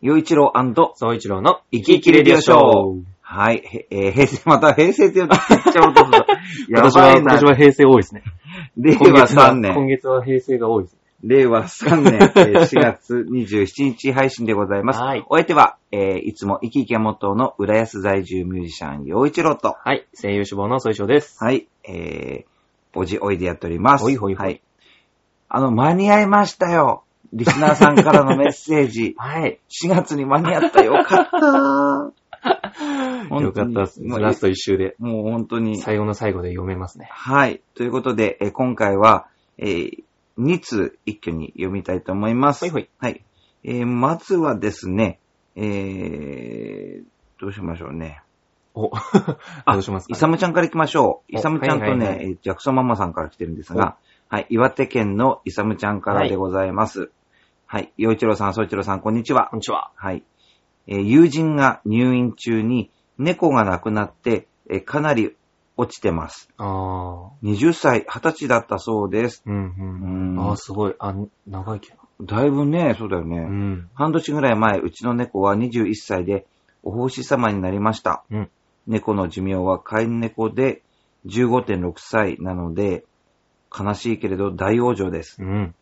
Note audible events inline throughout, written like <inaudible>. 洋一郎総一郎の生き生きレディオショー。はい、へえー平成、また平成って言うと、めっちゃ戻す。や <laughs> 今年は、ばい今な年。は平成多いですね。令今和月は、 3今年、月は平成が多いですね。令和3年、えー4月27日配信でございます。はいお相手は、えーいつも生き生き元の浦安在住ミュージシャン、洋一郎と。はい、声優志望の総一郎です。はい、えー、おじおいでやっております。ほいほいほい。はい。あの、間に合いましたよ。リスナーさんからのメッセージ <laughs> はい。 4月に間に合ったよかった。本当に <laughs> よかったです。もうラスト1周で、もう本当に。最後の最後で読めますね。はい。ということで、えー今回は、え2通一挙に読みたいと思います。ほいほい。はい。えーまずはですね、えー、どうしましょうね。お、どうしますイかサムちゃんから行きましょう。おイサムちゃんとね、はいはいはえージャクソンママさんから来てるんですが、はい、岩手県のイサムちゃんからでございます。はい、洋、一郎さん、総一郎さん、こんにちはこ。んにちは。はい。えー友人が入院中に猫が亡くなって、えーかなり落ちてます。あ20歳、20歳だったそうです。ー。うんううんん。あー、すごい。あ、長いけど。だいぶね、そうだよね。うん。半年ぐらい前、うちの猫は21歳で、お星様になりました。うん猫の寿命は飼い猫で15.6歳なので、悲しいけれど大往生です。うん。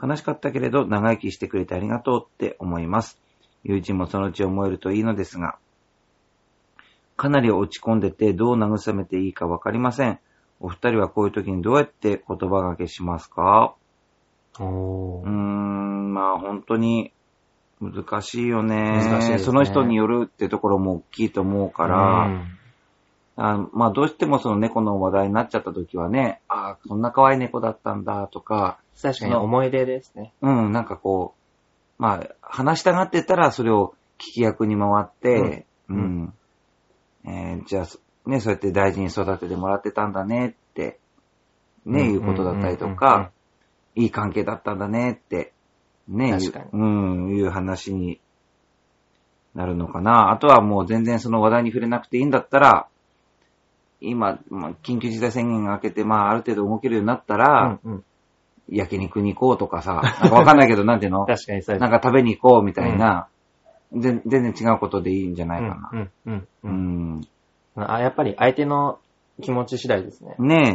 悲しかったけれど長生きしてくれてありがとうって思います。友人もそのうち思えるといいのですが、かなり落ち込んでてどう慰めていいかわかりません。お二人はこういう時にどうやって言葉がけしますかおうーー。ん、まあ本当に難しいよね。難しいですねその人によるってところも大きいと思うから、うんあのまあどうしてもその猫の話題になっちゃった時はね、ああ、こんな可愛い猫だったんだとか、確かにその思い出ですね。うん、なんかこう、まあ話したがってたらそれを聞き役に回って、ううんん、えーじゃあ、ね、そうやって大事に育ててもらってたんだねって、ね、うんいうことだったりとか、、いい関係だったんだねって、ね、確かにいううん、いう話になるのかな。あとはもう全然その話題に触れなくていいんだったら、今、まあ緊急事態宣言が明けて、まあ、ある程度動けるようになったら、うんうんうんうん焼肉に行こうとかさ、なんかわかんない <laughs> けど、なんていうの確かにそうですなんか食べに行こうみたいな、全全然違うことでいいんじゃないかな。うんうんううんん。うんあやっぱり相手の気持ち次第ですね。ねうえ。う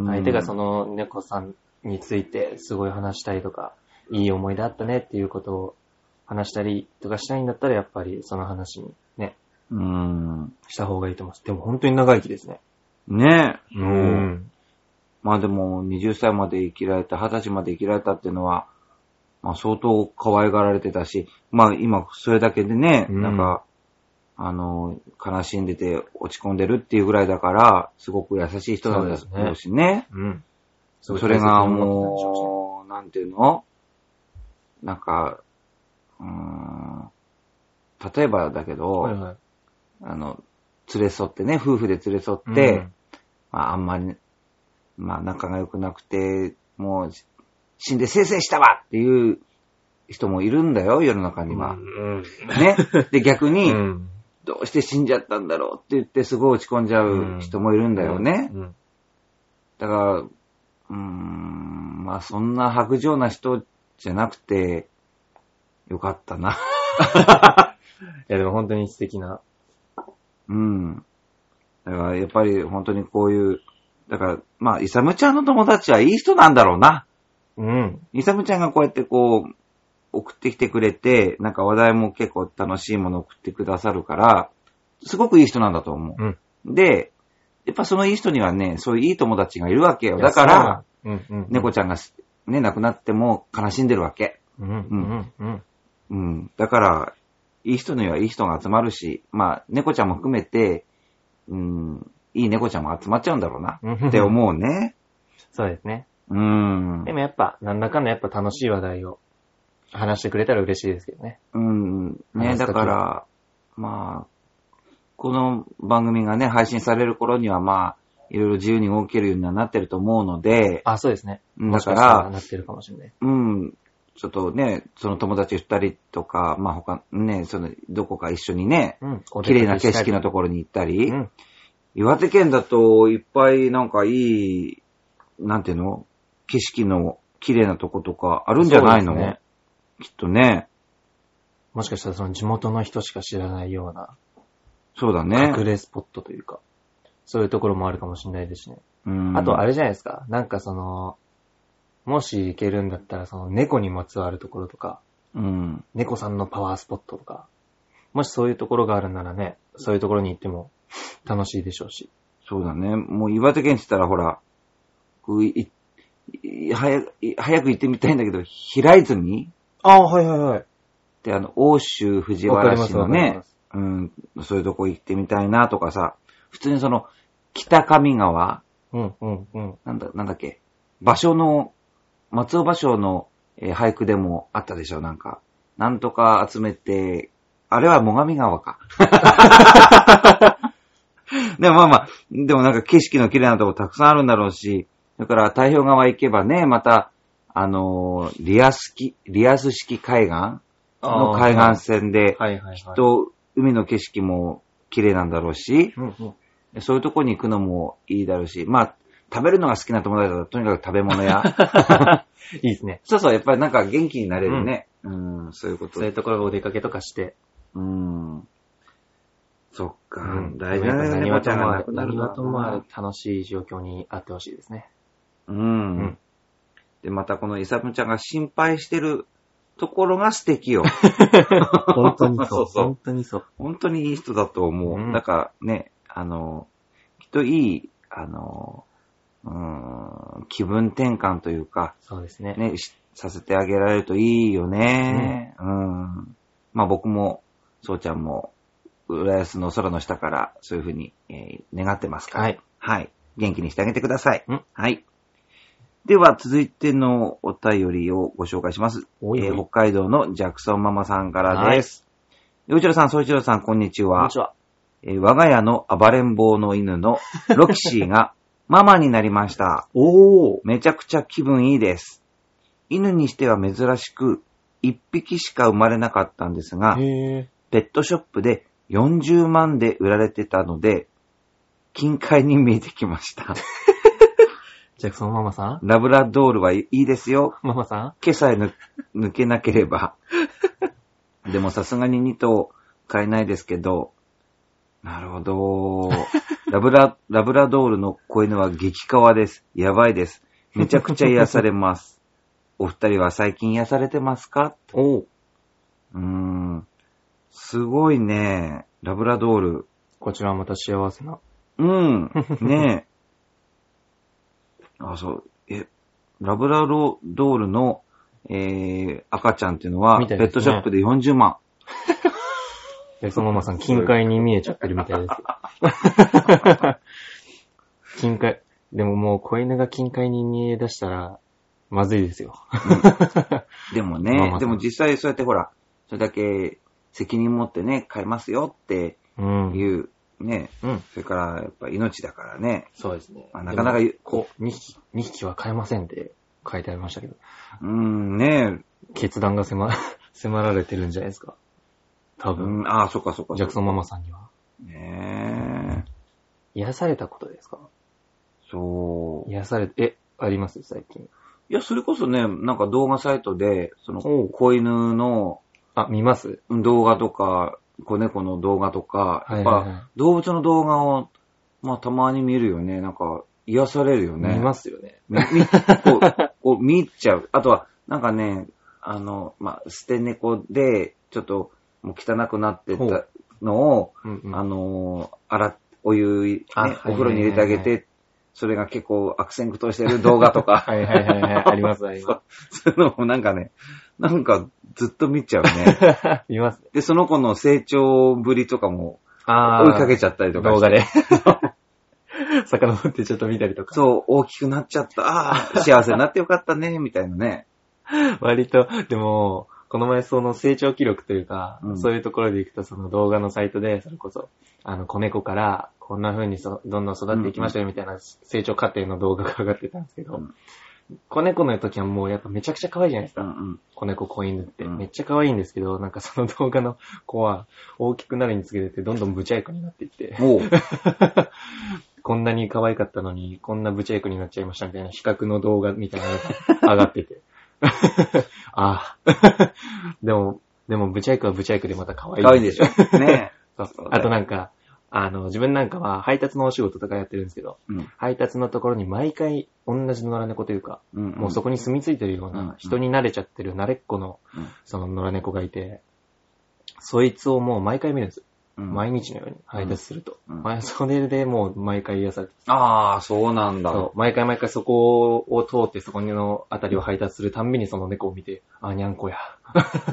んん。相手がその猫さんについてすごい話したりとか、いい思い出あったねっていうことを話したりとかしたいんだったら、やっぱりその話にね、うん。した方がいいと思います。でも本当に長生きですね。ねえ。うん。まあでも、20歳まで生きられた、20歳まで生きられたっていうのは、まあ相当可愛がられてたし、まあ今それだけでね、うんなんか、あの、悲しんでて落ち込んでるっていうぐらいだから、すごく優しい人なんだそうですねろうしね。うん。それがもう、なんていうのなんか、うーん、例えばだけど、はいはい、あの、連れ添ってね、夫婦で連れ添って、まあ、あんまり、まあ、仲が良くなくて、もう、死んで生成したわっていう人もいるんだよ、世の中うん、には。うん。ね。で、逆 <laughs> うに、ん。どうして死んじゃったんだろうって言って、すごい落ち込んじゃう人もいるんだよね。うん。だから、うーん、まあ、そんな白状な人じゃなくて、よかったな。 <laughs> いや、でも本当に素敵な。うん。だから、やっぱり本当にこういう、だから、まあ、イサムちゃんの友達はいい人なんだろうな。うん。イサムちゃんがこうやってこう、送ってきてくれて、なんか話題も結構楽しいものを送ってくださるから、すごくいい人なんだと思う。で、やっぱそのいい人にはね、そういういい友達がいるわけよ。だから、、うんうん。猫ちゃんがすね、亡くなっても悲しんでるわけ。うんうんうん。うん。だから、いい人にはいい人が集まるし、まあ、猫ちゃんも含めて、うん、いい猫ちゃんも集まっちゃうんだろうな。うん。って思うね。そうですね。うんで。もやっぱ、なんだかんだやっぱ楽しい話題を話してくれたら嬉しいですけどね。うん。ね、話すだ時から、まあ、この番組がね、配信される頃には、まあ、いろいろ自由に動けるようにはなってると思うので、あ、そうですね。うんもだしかかしたらら、なってるかもしれない。うん、ちょっとね、その友達二人とか、まあ他、ね、その、どこか一緒にね、うん。綺麗な景色のところに行ったり、うん。岩手県だといっぱいなんかいい、なんていうの景色の綺麗なとことかあるんじゃないの、そうですねきっとね。もしかしたらその地元の人しか知らないようなそうだね。隠れスポットというか、そういうところもあるかもしれないですしね。うんあとあれじゃないですか、なんかその、もし行けるんだったらその猫にまつわるところとか、うん。猫さんのパワースポットとか、もしそういうところがあるならね、そういうところに行っても楽しいでしょうし。そうだね。もう岩手県って言ったらほら、僕いい早くい早く行ってみたいんだけど、平泉ああ、はいはいはい。ってあの、欧州藤わかり原ま市すのわかりねま、す。うん、そういうとこ行ってみたいなとかさ、普通にその、北上川うんうんうん。なんだ、なんだっけ場所の、松尾芭蕉の、えー俳句でもあったでしょ、なんか。なんとか集めて、あれは最上川か。 <laughs> でもまあまあ、でもなんか景色の綺麗なとこたくさんあるんだろうし、だから太平洋側行けばね、また、あのーリアス式、リアス式海岸の海岸線で、はいはいはい。きっ、と海の景色も綺麗なんだろうし、うん <laughs> うん。そういうとこに行くのもいいだろうし、まあ、食べるのが好きな友達だと、とにかく食べ物 <laughs> 屋。いいですね。そうそう、やっぱりなんか元気になれるね。うん、そういうこと <laughs> そういうところがお出かけとかして。うん。そっか、うん大事だね、何猫はちとゃんもが亡あれ、くなる何のははともあれ楽しい状況にあってほしいですね。うん。うんで、またこのイサムちゃんが心配してるところが素敵 <laughs> よ。本当にそ <laughs> そうう。そう本当にそう。本当にいい人だと思う。うんだからね、あの、きっといい、あの、うん、気分転換というか、そうですね。ね、しさせてあげられるといいよね。うん。まあ僕も、そうちゃんも、浦安の空の下から、そういうふうに、えー願ってますから。。はいい。はい。元気にしてあげてください。うんはい。では、続いてのお便りをご紹介します。おいおいえー北海道のジャクソンママさんからです。洋一郎さん、総一郎さん、こんにちこんはに。ちは。えー我が家の暴れん坊の犬のロキシーがママになりました。おー。めちゃくちゃ気分いいです。犬にしては珍しく、一匹しか生まれなかったんですが、へー。ペットショップで40万で売られてたので、金塊に見えてきました。ジャクソンママさんラブラドールはいいですよ。ママさん毛さえ抜抜けなければ。でもさすがに2頭買えないですけど、なるほど。ラブラ、ラブラドールの子犬は激川です。やばいです。めちゃくちゃ癒されます。お二人は最近癒されてますかおー。うーん。すごいね。ラブラドール。こちらはまた幸せな。うん。ねえ。 <laughs> あ、そう。え、ラブラドールの、えー、赤ちゃんっていうのは、みたペいですねットショップで40万。ジャクソンママさん、金塊に見えちゃってるみたいです。 <laughs> 金塊。でももう子犬が金塊に見え出したら、まずいですよ。でもまあねま、あでも実際そうやってほら、それだけ責任持ってね、買いますよってうん。。いうう、ね、ん。それからやっぱ命だからね、そうですねまあなかなか、ここう、2匹、2匹は買えませんって書いてありましたけど、う、うん、ね、決断が迫、 <laughs> 迫られてるんじゃないですか。多う分、ん、ああ、そっかそっか。ジャクソンママさんには。ねえ、癒されたことですかそう。癒されて、え、あります最近。いや、それこそね、なんか動画サイトで、その、おう子犬のあ、見ます動画とか、子猫の動画とか、はやっいはいぱは動物の動画を、まあたまに見るよね。なんか、癒されるよい。ね。見ますよね。み、みこう、こう見入っちゃう。あとは、なんかね、あの、まあ、捨て猫で、ちょっと、もう汚くなってほたうのを、うんうん。あのー洗っ、お湯、ねあはいお風呂に入れてあげはて、それが結構悪戦苦闘してる動画と <laughs> か、はいはいはいはい。ありますありまそういうのもなんかね、なんかずっと見ちゃうね。す。 <laughs> 見ます。で、その子の成長ぶりとかもあ追いかけゃちゃったりとか動して <laughs> 画で。遡ってちょっと見たりとか。そう、大きくなっちゃった。あ <laughs> あ、幸せになってよかったね、みたいなね。割と、でも、この前その成長記録というか、うんそういうところで行くとその動画のサイトで、それこそ、あの、子猫から、こんな風にそどんどん育っていきましたよみたいな成長過程の動画が上がってたんですけど、うん子猫の時はもうやっぱめちゃくちゃ可愛いじゃないですうか。ん <laughs> うん。子猫、子犬って。うんめっちゃ可愛いんですけど、なんかその動画の子は大きくなるにつれてどんどんブチャイクになっていって、もう、こんなに可愛かったのに、こんなブチャイクになっちゃいましたみたいな比較の <laughs> 動画みたいなのが上がってて。ああ。でも、でも、ブチャイクはブチャイクでまた可愛い。可愛いでしょ。ねそうそうだよあとなんか、あの、自分なんかは配達のお仕事とかやってるんですけど、え。うん。配達のところに毎回同じ野良猫というか、うん、もうそこに住み着いてるよううんうんな、人に慣れちゃってる慣れっこのうん、その野良猫がいて、そいつをもう毎回見るんですよ。うん、毎日のように配達すると。うんうんまあそれでもう毎回癒されて、ああ、そうなんだ。そう毎回毎回そこを通ってそこのあたりを配達するたんびにその猫を見て、あ、にゃんこや、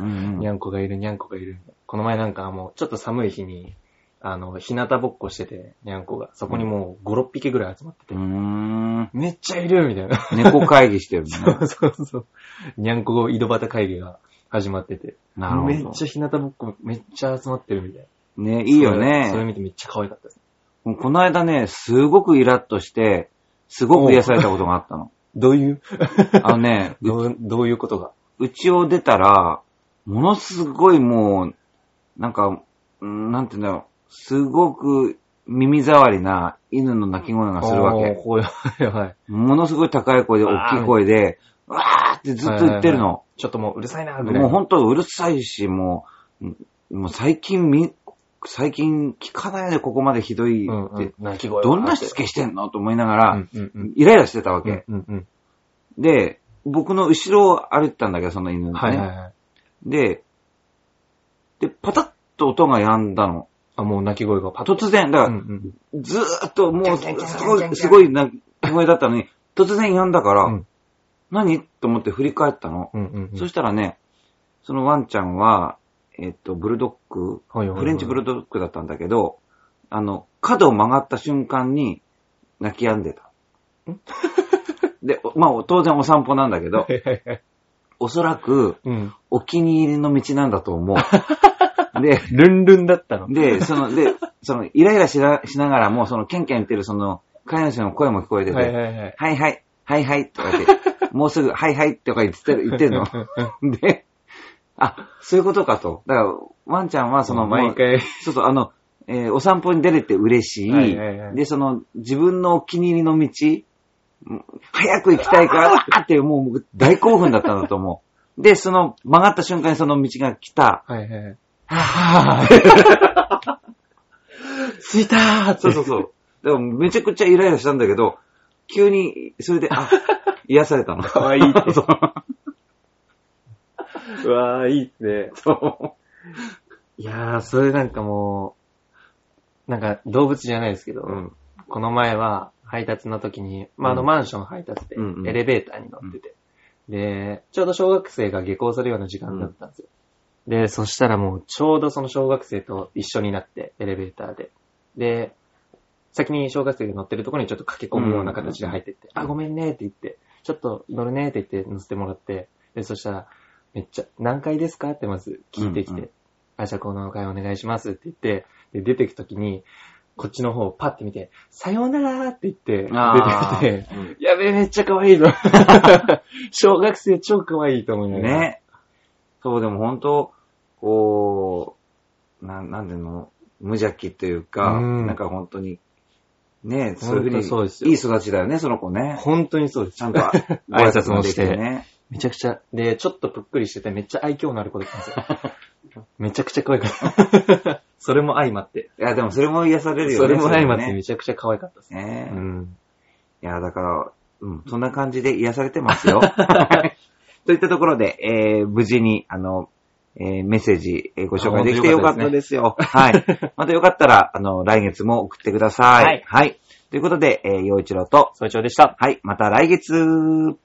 うんにゃんこがいる、にゃんこがいる。この前なんかもう、ちょっと寒い日に、あの、日向ぼっこしてて、にゃんこが。そこにもう5、6匹ぐらい集まってて、うん。うーん。めっちゃいるみたいな。猫会議してる <laughs> そね。うそうそう。にゃんこ井戸端会議が始まってて。なるほど。めっちゃ日向ぼっこ、めっちゃ集まってるみたいな。ね、いいよそれそれね。見てめっちゃ可愛かったです。もうこの間ね、すごくイラッとして、すごく癒されたことがあ <laughs> ったの。どういう、あのね、どう、どういうことがうちを出たら、ものすごいもう、なんか、うんなんていうんだろう、すごく耳障りな犬の鳴き声がするわあーけ。こういう、 <laughs> はい。ものすごい高い声で、あー大きい声で、わーってずっと言ってるはいはいの。ちょっともううるさいな、ぐらい。もうほんとうるさいし、もう、もう最近み、最近聞かないでここまでひどいって、うんうん、鳴き声どんなしつけけしてんのと思いながうら、んうんうん。イライラしてたわけ。うんうんで、僕の後ろを歩いてたんだけど、その犬うん。がはいね。はいはい。で、で、パタッと音が止んだの。あ、もう鳴き声がパッと。突然、だうかんうら、ん。ずーっともう、キャンキャンキャンキャンすキャンごい、すごいな声だったのに、突然止んだかうらん、何と思って振り返ったの。うんうんうん。そしたらね、そのワンちゃんは、えっと、ブルドッグ、はいはいはいフレンチブルドッグだったんだけど、あの、角を曲がった瞬間に泣き止んでた。 <laughs> で、おまあ、当然お散歩なんだけ <laughs> ど、おそらく、うん。お気に入りの道なんだと <laughs> 思う。で、ルンルンだったの。で、その、で、その、イライラしなしながらも、その、ケンケン言ってる、その、飼い主の声も聞こえてて、はいはいはい。はいはい、はいはい、とか言って、 <laughs> もうすぐ、はいはい、とか言ってる、言ってるの。で、あ、そういうことかと。だから、ワンちゃんは、その、も毎う回。そうそう、あの、えーお散歩に出れて嬉しい。はいはいはいで、その、自分のお気に入りの道、うん早く行きたいから、 <laughs> わーって、もう、大興奮だったんだと思う。で、その、曲がった瞬間にその道が来た。はい <laughs> はい。はぁ <laughs> 着いたーそうそうそう。でも、めちゃくちゃイライラしたんだけど、急に、それで、 <laughs> あ、癒されたの。かわいい <laughs> ってそううわー、いいっすね。そう。いやー、それなんかもう、なんか動物じゃないですけど、うん。この前は配達の時に、まあ、あのうんマンション配達でうんうんエレベーターに乗ってて、で、ちょうど小学生が下校するような時間だったんですよ。で、そしたらもうちょうどその小学生と一緒になって、エレベーターで。で、先に小学生が乗ってるところにちょっと駆け込むような形で入ってって、うんあ、ごめんねって言って、ちょっと乗るねって言って乗せてもらって、で、そしたら、めっちゃ、何階ですかってまず聞いてきて、うんうんあ、じゃあこの階お願いしますって言って、で、出てくときに、こっちの方をパッて見て、さようならって言って、あ出てきーうんて、やべえ、めっちゃ可愛 <laughs> いぞ。小学生超可愛いと思いながら。。ね。そう、でも本当、こう、なん、なんていうの、無邪気というか、うんなんか本当に、ね、そういうふ本うに、当そうですいいよ。育ちだよね、その子ね。本当にそうです。ちゃん <laughs> と挨拶もできてね。めちゃくちゃ、で、ちょっとぷっくりしてて、めっちゃ愛嬌のある子だったんで <laughs> すよ。めちゃくちゃ可愛かった。それも相まって。いや、でもそれも癒されるよね。それも相まっそて、れもねめちゃくちゃ可愛かったですね。ねうん。いや、だから、うん、そんな感じで癒されてます <laughs> よ。といったところで、えー、無事に、あの、えー、メッセージ、えーご紹介できてよかったですよ。はい。またよかったら、あの、来月も送ってください。はいはい。ということで、えー、陽一郎と、早朝でした。はい、また来月